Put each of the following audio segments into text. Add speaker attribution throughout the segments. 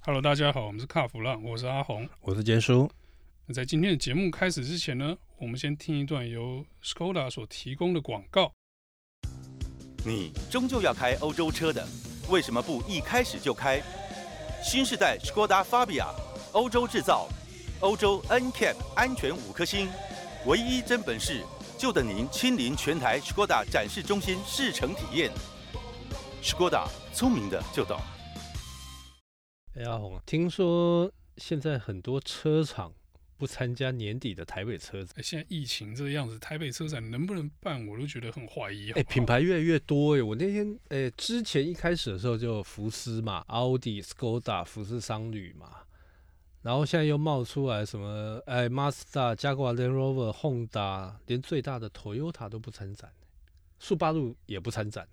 Speaker 1: Hello，大家好，我们是卡弗浪，我是阿红。
Speaker 2: 我是杰叔。
Speaker 1: 那在今天的节目开始之前呢，我们先听一段由 Skoda 所提供的广告。
Speaker 3: 你终究要开欧洲车的，为什么不一开始就开？新时代 Skoda Fabia，欧洲制造，欧洲 NCAP 安全五颗星，唯一真本事，就等您亲临全台 Skoda 展示中心试乘体验。Skoda，聪明的就懂。
Speaker 4: 哎，阿红啊，听说现在很多车厂不参加年底的台北车展，
Speaker 1: 哎，现在疫情这样子，台北车展能不能办，我都觉得很怀疑。啊
Speaker 2: 啊
Speaker 1: 好不
Speaker 4: 哎，
Speaker 1: 好
Speaker 4: 品牌越来越多哎。我那天哎，之前一开始的时候就有福斯嘛、奥迪、Skoda、福斯商旅嘛，然后现在又冒出来什么哎，Mazda、加挂 Land Rover、Honda，连最大的 Toyota 都不参展，速八路也不参展。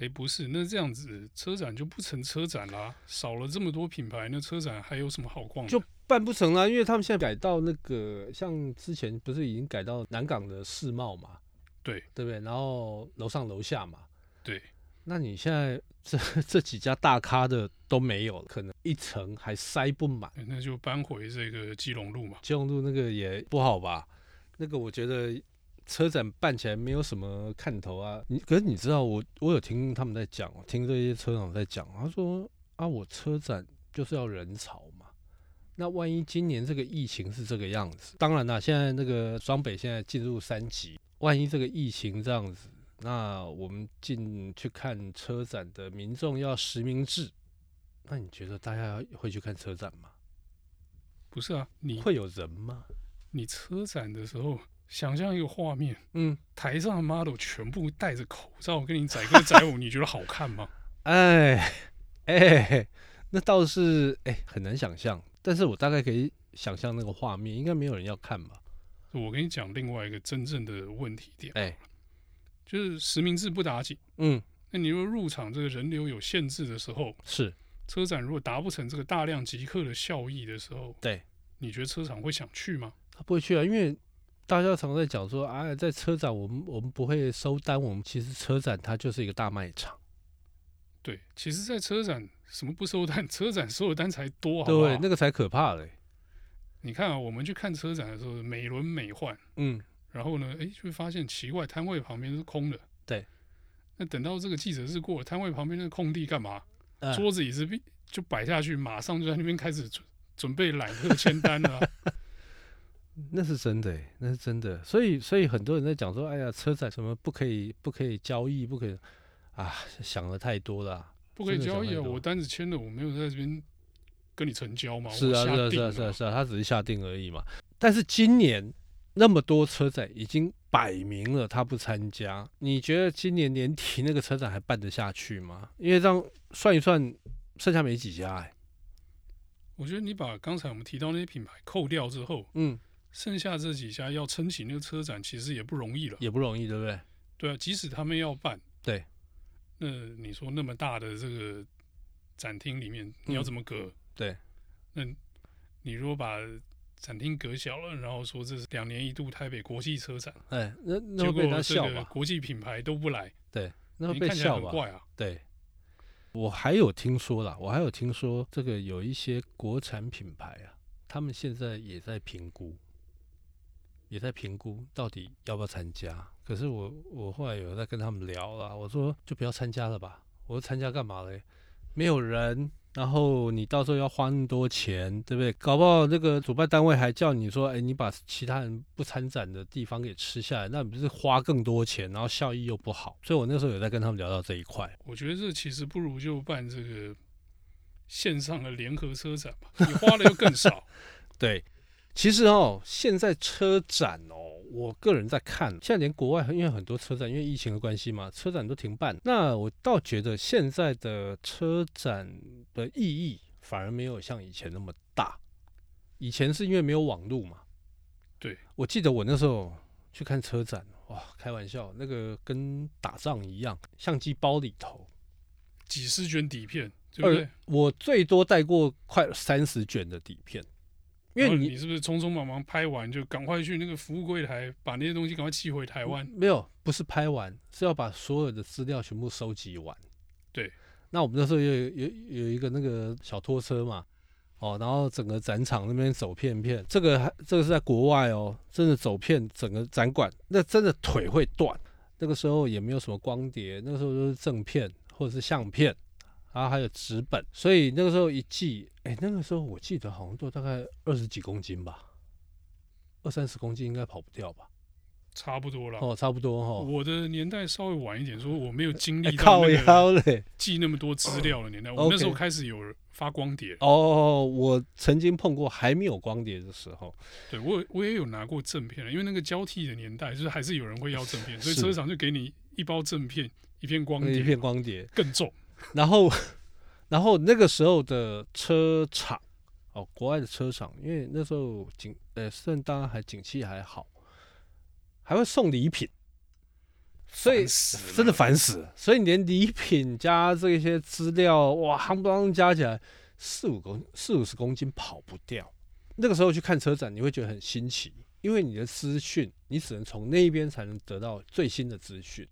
Speaker 1: 哎，不是，那这样子车展就不成车展啦，少了这么多品牌，那车展还有什么好逛的？
Speaker 4: 就办不成啊啦，因为他们现在改到那个，像之前不是已经改到南港的世贸嘛，
Speaker 1: 对
Speaker 4: 对不对？然后楼上楼下嘛，
Speaker 1: 对。
Speaker 4: 那你现在这 这几家大咖的都没有了，可能一层还塞不满。
Speaker 1: 哎那就搬回这个基隆路嘛。
Speaker 4: 金融路那个也不好吧？那个我觉得车展办起来没有什么看头啊。你可是你知道我，我有听他们在讲，听这些车厂在讲，他说啊，我车展就是要人潮嘛。那万一今年这个疫情是这个样子，当然啦，现在那个双北现在进入三级，万一这个疫情这样子，那我们进去看车展的民众要实名制，那你觉得大家会去看车展吗？
Speaker 1: 不是啊，你
Speaker 4: 会有人吗？
Speaker 1: 你车展的时候，想象一个画面，
Speaker 4: 嗯，
Speaker 1: 台上的 model 全部戴着口罩，跟你载歌载舞，你觉得好看吗？
Speaker 4: 哎 哎，那倒是哎很难想象，但是我大概可以想象那个画面，应该没有人要看吧？
Speaker 1: 我跟你讲另外一个真正的问题点，啊
Speaker 4: 哎，
Speaker 1: 就是实名制不打紧。
Speaker 4: 嗯，
Speaker 1: 那你如果入场这个人流有限制的时候，
Speaker 4: 是
Speaker 1: 车展如果达不成这个大量即刻的效益的时候，
Speaker 4: 对，
Speaker 1: 你觉得车厂会想去吗？
Speaker 4: 他不会去啊，因为大家常在讲说，哎，在车展我们我们不会收单，我们其实车展它就是一个大卖场，
Speaker 1: 对，其实，在车展什么不收单，车展收的单才多，好不好？
Speaker 4: 对，那个才可怕嘞。
Speaker 1: 你看啊，我们去看车展的时候，美轮美奂，
Speaker 4: 嗯，
Speaker 1: 然后呢，哎诶，就会发现奇怪，摊位旁边是空的。
Speaker 4: 对。
Speaker 1: 那等到这个记者日过了，摊位旁边那个空地干嘛？
Speaker 4: 哎
Speaker 1: 桌子椅子就摆下去，马上就在那边开始准准备揽客签单了啊、
Speaker 4: 那是真的欸，那是真的。所以，所以很多人在讲说，哎呀，车展什么不可以，不可以交易，不可以啊，想的太多了啊、
Speaker 1: 不可以
Speaker 4: 真的
Speaker 1: 交易啊！
Speaker 4: 想太多
Speaker 1: 我单子签了，我没有在这边跟你成交嘛，
Speaker 4: 是
Speaker 1: 我
Speaker 4: 啊，
Speaker 1: 下
Speaker 4: 是
Speaker 1: 定
Speaker 4: 啊，是
Speaker 1: 了
Speaker 4: 啊，
Speaker 1: 嘛
Speaker 4: 是啊，是啊，他只是下定而已嘛。但是今年那么多车展已经摆明了他不参加，你觉得今年年底那个车展还办得下去吗？因为这样算一算，剩下没几家哎、
Speaker 1: 我觉得你把刚才我们提到那些品牌扣掉之后，
Speaker 4: 嗯，
Speaker 1: 剩下这几家要撑起那个车展，其实也不容易了。
Speaker 4: 也不容易，对不对？
Speaker 1: 对啊，即使他们要办，
Speaker 4: 对，
Speaker 1: 那你说那么大的这个展厅里面，你要怎么隔？
Speaker 4: 嗯对，
Speaker 1: 那你如果把展厅隔小了，然后说这是两年一度台北国际车展，
Speaker 4: 哎，那那
Speaker 1: 结
Speaker 4: 会被人
Speaker 1: 果
Speaker 4: 家
Speaker 1: 这
Speaker 4: 笑
Speaker 1: 个
Speaker 4: 吧？
Speaker 1: 国际品牌都不来，
Speaker 4: 那会
Speaker 1: 你
Speaker 4: 被
Speaker 1: 看起来
Speaker 4: 笑
Speaker 1: 很
Speaker 4: 吧？
Speaker 1: 怪啊。
Speaker 4: 对，我还有听说啦，我还有听说这个有一些国产品牌啊，他们现在也在评估，也在评估到底要不要参加。可是我我后来有在跟他们聊啦，我说就不要参加了吧，我说参加干嘛嘞？没有人。然后你到时候要花那么多钱，对不对？搞不好那个主办单位还叫你说，哎，你把其他人不参展的地方给吃下来，那你不是花更多钱，然后效益又不好？所以我那时候有在跟他们聊到这一块。
Speaker 1: 我觉得这其实不如就办这个线上的联合车展吧，你花的又更 少。
Speaker 4: 对，其实哦，现在车展哦，我个人在看，现在连国外因为很多车展，因为疫情的关系嘛，车展都停办。那我倒觉得现在的车展的意义反而没有像以前那么大。以前是因为没有网络嘛。
Speaker 1: 对，
Speaker 4: 我记得我那时候去看车展，哇，开玩笑，那个跟打仗一样，相机包里头，
Speaker 1: 几十卷底片，对不对
Speaker 4: 二？我最多带过快三十卷的底片，因
Speaker 1: 然后
Speaker 4: 为
Speaker 1: 你
Speaker 4: 你
Speaker 1: 是不是匆匆忙忙拍完就赶快去那个服务柜台把那些东西赶快寄回台湾？
Speaker 4: 没有，不是拍完，是要把所有的资料全部收集完。
Speaker 1: 对。
Speaker 4: 那我们那时候有有有一个那个小拖车嘛，哦，然后整个展场那边走片片，这个还这个是在国外哦，真的走遍整个展馆，那真的腿会断。那个时候也没有什么光碟，那个时候都是正片或者是相片，然后还有纸本，所以那个时候一寄，哎，那个时候我记得好像都大概二十几公斤吧，二三十公斤应该跑不掉吧？
Speaker 1: 差不多了。
Speaker 4: 哦，差不多哈、哦。
Speaker 1: 我的年代稍微晚一点，说我没有经
Speaker 4: 哎
Speaker 1: 历到
Speaker 4: 靠
Speaker 1: 那个
Speaker 4: 腰嘞！
Speaker 1: 记那么多资料的年代。我那时候
Speaker 4: OK
Speaker 1: 开始有发光碟，
Speaker 4: 哦，我曾经碰过还没有光碟的时候，
Speaker 1: 对我有我也有拿过正片了，因为那个交替的年代，就是还是有人会要正片，所以
Speaker 4: 是
Speaker 1: 车厂就给你一包正片，一片光
Speaker 4: 那一
Speaker 1: 碟，
Speaker 4: 片光碟，
Speaker 1: 更重。
Speaker 4: 然后， 然后那个时候的车厂，哦，国外的车厂，因为那时候景呃，盛大还景气还好，还会送礼品，所以
Speaker 1: 烦死了
Speaker 4: 真的烦死了。所以连礼品加这些资料，哇，夯不啷加起来四五公四五十公斤跑不掉。那个时候去看车展，你会觉得很新奇，因为你的资讯你只能从那边才能得到最新的资讯。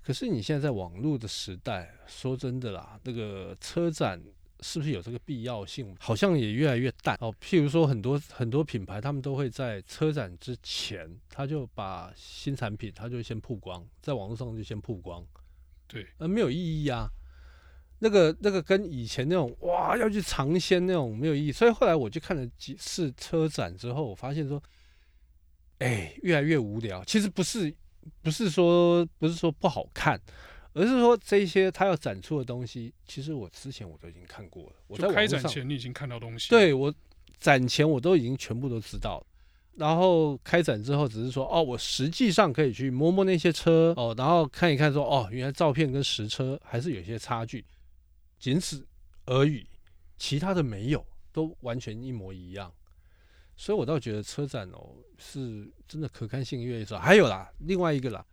Speaker 4: 可是你现在在网络的时代，说真的啦，那个车展是不是有这个必要性？好像也越来越淡哦。譬如说很多很多品牌，他们都会在车展之前，他就把新产品，他就先曝光，在网络上就先曝光，
Speaker 1: 对，
Speaker 4: 呃，没有意义啊。那个那个跟以前那种哇要去尝鲜那种没有意义，所以后来我去看了几次车展之后，我发现说，哎，越来越无聊。其实不是不是说不是说不好看，而是说这些他要展出的东西，其实我之前我都已经看过了。我在
Speaker 1: 就
Speaker 4: 网
Speaker 1: 开
Speaker 4: 络
Speaker 1: 展
Speaker 4: 上
Speaker 1: 前你已经看到东西，，哎
Speaker 4: 对我展前我都已经全部都知道了，然后开展之后只是说哦，我实际上可以去摸摸那些车哦，然后看一看说哦，原来照片跟实车还是有些差距，仅此而已，其他的没有，都完全一模一样。所以我倒觉得车展哦是真的可看性越来越少。还有啦，另外一个啦，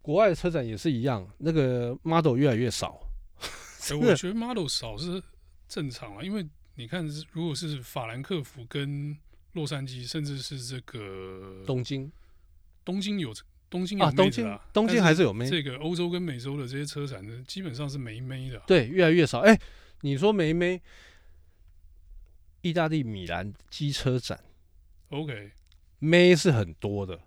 Speaker 4: 国外的车展也是一样，那个 model 越来越少。
Speaker 1: 哎，我觉得 model 少是正常啊，因为你看，如果是法兰克福跟洛杉矶，甚至是这个
Speaker 4: 东京
Speaker 1: 东京有东京有
Speaker 4: 啊，
Speaker 1: 妹
Speaker 4: 东
Speaker 1: 子
Speaker 4: 京
Speaker 1: 啦，
Speaker 4: 东京
Speaker 1: 但
Speaker 4: 还是有妹
Speaker 1: 这个欧洲跟美洲的这些车展呢，基本上是没妹的啊、
Speaker 4: 对，越来越少。哎、你说梅梅，意大利米兰机车展
Speaker 1: OK，
Speaker 4: 妹是很多的，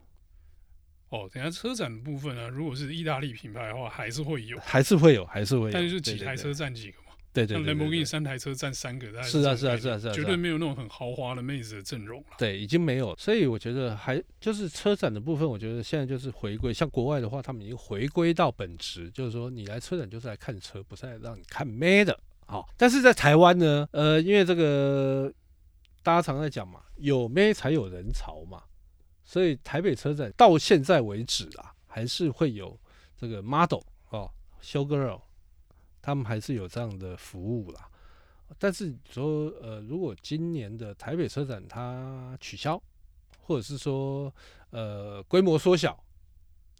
Speaker 1: 哦，等一下车展的部分啊，如果是意大利品牌的话，还是会有，
Speaker 4: 还是会有，还是会有。
Speaker 1: 但是就
Speaker 4: 对
Speaker 1: 几台车，占几个嘛，
Speaker 4: 对对
Speaker 1: 像
Speaker 4: 对对对
Speaker 1: Lamborghini
Speaker 4: 对
Speaker 1: 三台车占三个，大概
Speaker 4: 是啊是
Speaker 1: 这种概
Speaker 4: 啊
Speaker 1: 念
Speaker 4: 是啊是啊是啊
Speaker 1: 绝对没有那种很豪华的妹子的阵容了。
Speaker 4: 对，已经没有了。所以我觉得还就是车展的部分，我觉得现在就是回归，像国外的话，他们已经回归到本质，就是说你来车展就是来看车，不是来让你看妹的。好，但是在台湾呢，呃，因为这个大家常在讲嘛，有妹才有人潮嘛，所以台北车展到现在为止啊，还是会有这个 model 哦，show girl，他们还是有这样的服务啦。但是你说，呃，如果今年的台北车展它取消，或者是说，呃，规模缩小，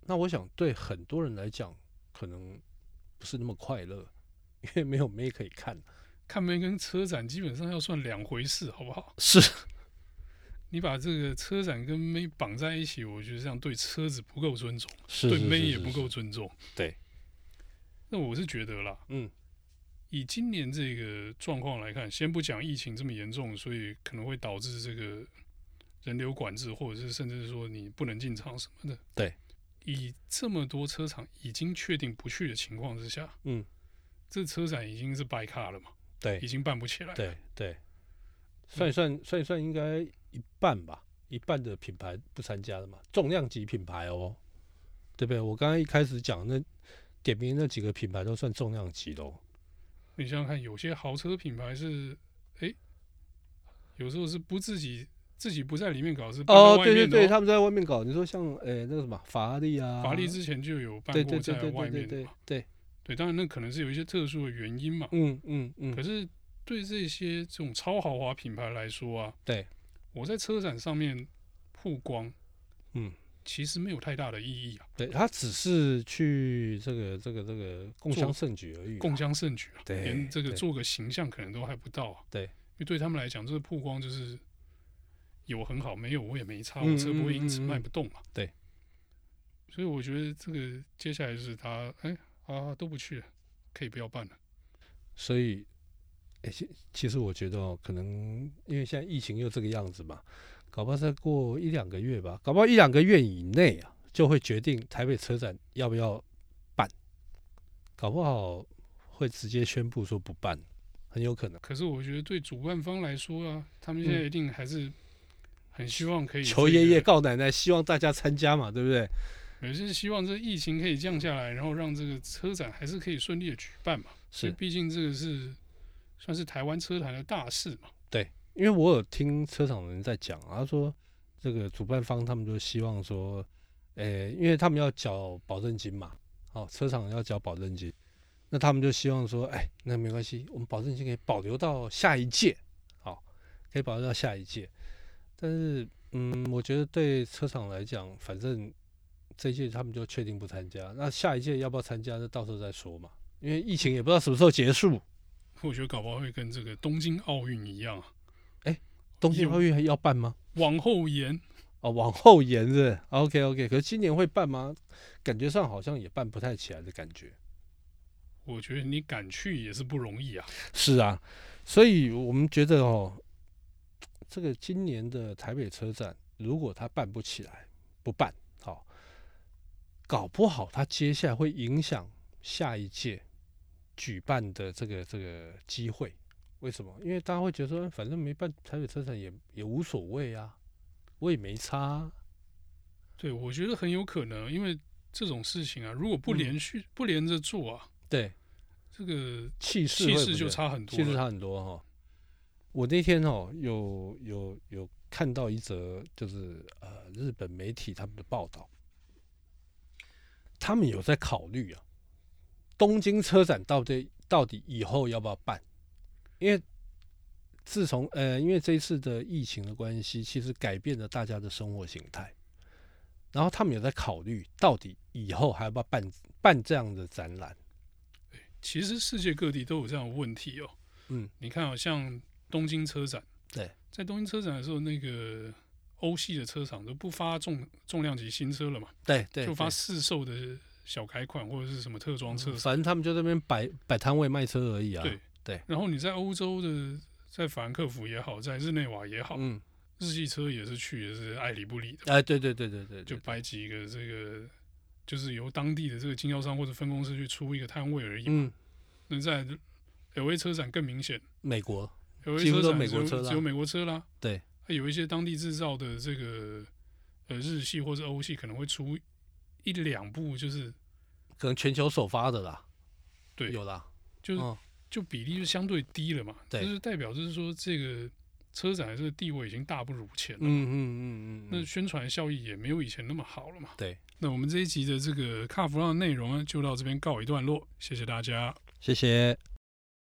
Speaker 4: 那我想对很多人来讲，可能不是那么快乐，因为没有妹可以看。
Speaker 1: 看妹跟车展基本上要算两回事，好不好？
Speaker 4: 是，
Speaker 1: 你把这个车展跟妹绑在一起，我觉得这样对车子不够尊重，
Speaker 4: 是
Speaker 1: 对妹也不够。尊重。
Speaker 4: 对，
Speaker 1: 那我是觉得啦，
Speaker 4: 嗯，
Speaker 1: 以今年这个状况来看，先不讲疫情这么严重，所以可能会导致这个人流管制，或者是甚至是说你不能进场什么的。
Speaker 4: 对，
Speaker 1: 以这么多车厂已经确定不去的情况之下，
Speaker 4: 嗯，
Speaker 1: 这车展已经是白卡了嘛，
Speaker 4: 对
Speaker 1: 已经办不起来。，
Speaker 4: 对
Speaker 1: 嗯
Speaker 4: 对，算一算，算一算，应该一半吧，一半的品牌不参加了嘛，重量级品牌哦，对不对？我刚刚一开始讲那点名那几个品牌都算重量级的哦。
Speaker 1: 你想想看，有些豪车品牌是，哎，有时候是不自己自己不在里面搞，是搬到
Speaker 4: 哦，
Speaker 1: 外
Speaker 4: 对对
Speaker 1: 面的
Speaker 4: 对，
Speaker 1: 哦
Speaker 4: 他们在外面搞。你说像诶、那个什么法拉利啊，
Speaker 1: 法拉利之前就有办
Speaker 4: 对
Speaker 1: 过
Speaker 4: 对对
Speaker 1: 在
Speaker 4: 对
Speaker 1: 外
Speaker 4: 对对
Speaker 1: 面的
Speaker 4: 对
Speaker 1: 嘛，
Speaker 4: 对，
Speaker 1: 对，当然那可能是有一些特殊的原因嘛。
Speaker 4: 嗯嗯
Speaker 1: 可
Speaker 4: 嗯，
Speaker 1: 是对这些这种超豪华品牌来说啊，
Speaker 4: 对，
Speaker 1: 我在车展上面曝光，
Speaker 4: 嗯，
Speaker 1: 其实没有太大的意义啊，
Speaker 4: 对，他只是去这个这个这个共襄
Speaker 1: 做
Speaker 4: 盛举而已啦，
Speaker 1: 共襄盛举啊，
Speaker 4: 对
Speaker 1: 连这个
Speaker 4: 对
Speaker 1: 做个形象可能都还不到啊。
Speaker 4: 对
Speaker 1: 因为对他们来讲，这个曝光就是有很好，没有我也没差，
Speaker 4: 嗯
Speaker 1: 我车不会因此
Speaker 4: 嗯嗯嗯
Speaker 1: 卖不动嘛。啊
Speaker 4: 对，
Speaker 1: 所以我觉得这个接下来就是他，哎，啊都不去了，可以不要办了。
Speaker 4: 所以，诶其其实我觉得哦，可能因为现在疫情又这个样子嘛，搞不好再过一两个月吧，搞不好一两个月以内啊，就会决定台北车展要不要办，搞不好会直接宣布说不办，很有可能。
Speaker 1: 可是我觉得对主办方来说啊，他们现在一定还是很希望可以、
Speaker 4: 嗯求爷爷，告奶奶，希望大家参加嘛，对不对？
Speaker 1: 也是希望这疫情可以降下来，然后让这个车展还是可以顺利的举办嘛。
Speaker 4: 是
Speaker 1: 毕竟这个是算是台湾车坛的大事嘛。
Speaker 4: 因为我有听车厂的人在讲，啊他说这个主办方他们就希望说，呃，因为他们要缴保证金嘛，哦，车厂要缴保证金，那他们就希望说，哎，那没关系，我们保证金可以保留到下一届，好、可以保留到下一届。但是，嗯，我觉得对车厂来讲，反正这一届他们就确定不参加，那下一届要不要参加，那到时候再说嘛，因为疫情也不知道什么时候结束。
Speaker 1: 我觉得搞不好会跟这个东京奥运一样啊，
Speaker 4: 东京奥运还要办吗？
Speaker 1: 往后延。
Speaker 4: 哦，往后延是 OK OK，可是今年会办吗？感觉上好像也办不太起来的感觉。
Speaker 1: 我觉得你敢去也是不容易啊。
Speaker 4: 是啊，所以我们觉得哦，这个今年的台北车站，如果它办不起来，不办好、搞不好它接下来会影响下一届举办的这个这个机会。为什么？因为大家会觉得说，反正没办台北车站也也无所谓啊，我也没差啊、
Speaker 1: 对，我觉得很有可能，因为这种事情啊，如果不
Speaker 4: 嗯
Speaker 1: 连续、不连着做啊，
Speaker 4: 对，
Speaker 1: 这个
Speaker 4: 气势
Speaker 1: 气
Speaker 4: 会
Speaker 1: 势
Speaker 4: 不
Speaker 1: 就
Speaker 4: 对
Speaker 1: 差很多
Speaker 4: 其实
Speaker 1: 了。
Speaker 4: 差很多哈、我那天哦，有有有看到一则，就是呃，日本媒体他们的报道，他们有在考虑啊，东京车展到底到底以后要不要办？因为自从呃，因为这一次的疫情的关系，其实改变了大家的生活形态，然后他们有在考虑到底以后还要不要办办这样的展览？
Speaker 1: 其实世界各地都有这样的问题哦。
Speaker 4: 嗯，
Speaker 1: 你看、哦，像东京车展，
Speaker 4: 对，
Speaker 1: 在东京车展的时候，那个欧系的车厂都不发重重量级新车了嘛，
Speaker 4: 对对嗯
Speaker 1: 就发市售的小改款或者是什么特装车。
Speaker 4: 反正他们就在那边摆摆摊位卖车而已啊。
Speaker 1: 对然后你在欧洲的，在法兰克福也好，在日内瓦也好，
Speaker 4: 嗯，
Speaker 1: 日系车也是去也是爱理不理的。
Speaker 4: 哎，对对对对对，
Speaker 1: 就
Speaker 4: 对
Speaker 1: 摆几个这个，就是由当地的这个经销商或者分公司去出一个摊位而已。
Speaker 4: 嗯，
Speaker 1: 那在 L A 车展更明显
Speaker 4: 美国
Speaker 1: ，L A
Speaker 4: 几乎
Speaker 1: 车
Speaker 4: 都
Speaker 1: 展
Speaker 4: 美
Speaker 1: 只
Speaker 4: 国
Speaker 1: 有
Speaker 4: 车啦
Speaker 1: 只有美国车啦。
Speaker 4: 对
Speaker 1: 啊，有一些当地制造的这个呃日系或者欧系可能会出一两部，就是
Speaker 4: 可能全球首发的啦，
Speaker 1: 对
Speaker 4: 有啦，
Speaker 1: 就是、
Speaker 4: 哦
Speaker 1: 就比例就相对低了嘛。
Speaker 4: 对
Speaker 1: 就是代表就是说这个车展的这个地位已经大不如前了。
Speaker 4: 嗯嗯嗯嗯
Speaker 1: 那
Speaker 4: 嗯，
Speaker 1: 宣传效益也没有以前那么好了嘛。
Speaker 4: 对，
Speaker 1: 那我们这一集的这个卡弗朗的内容呢，就到这边告一段落，谢谢大家。
Speaker 4: 谢谢。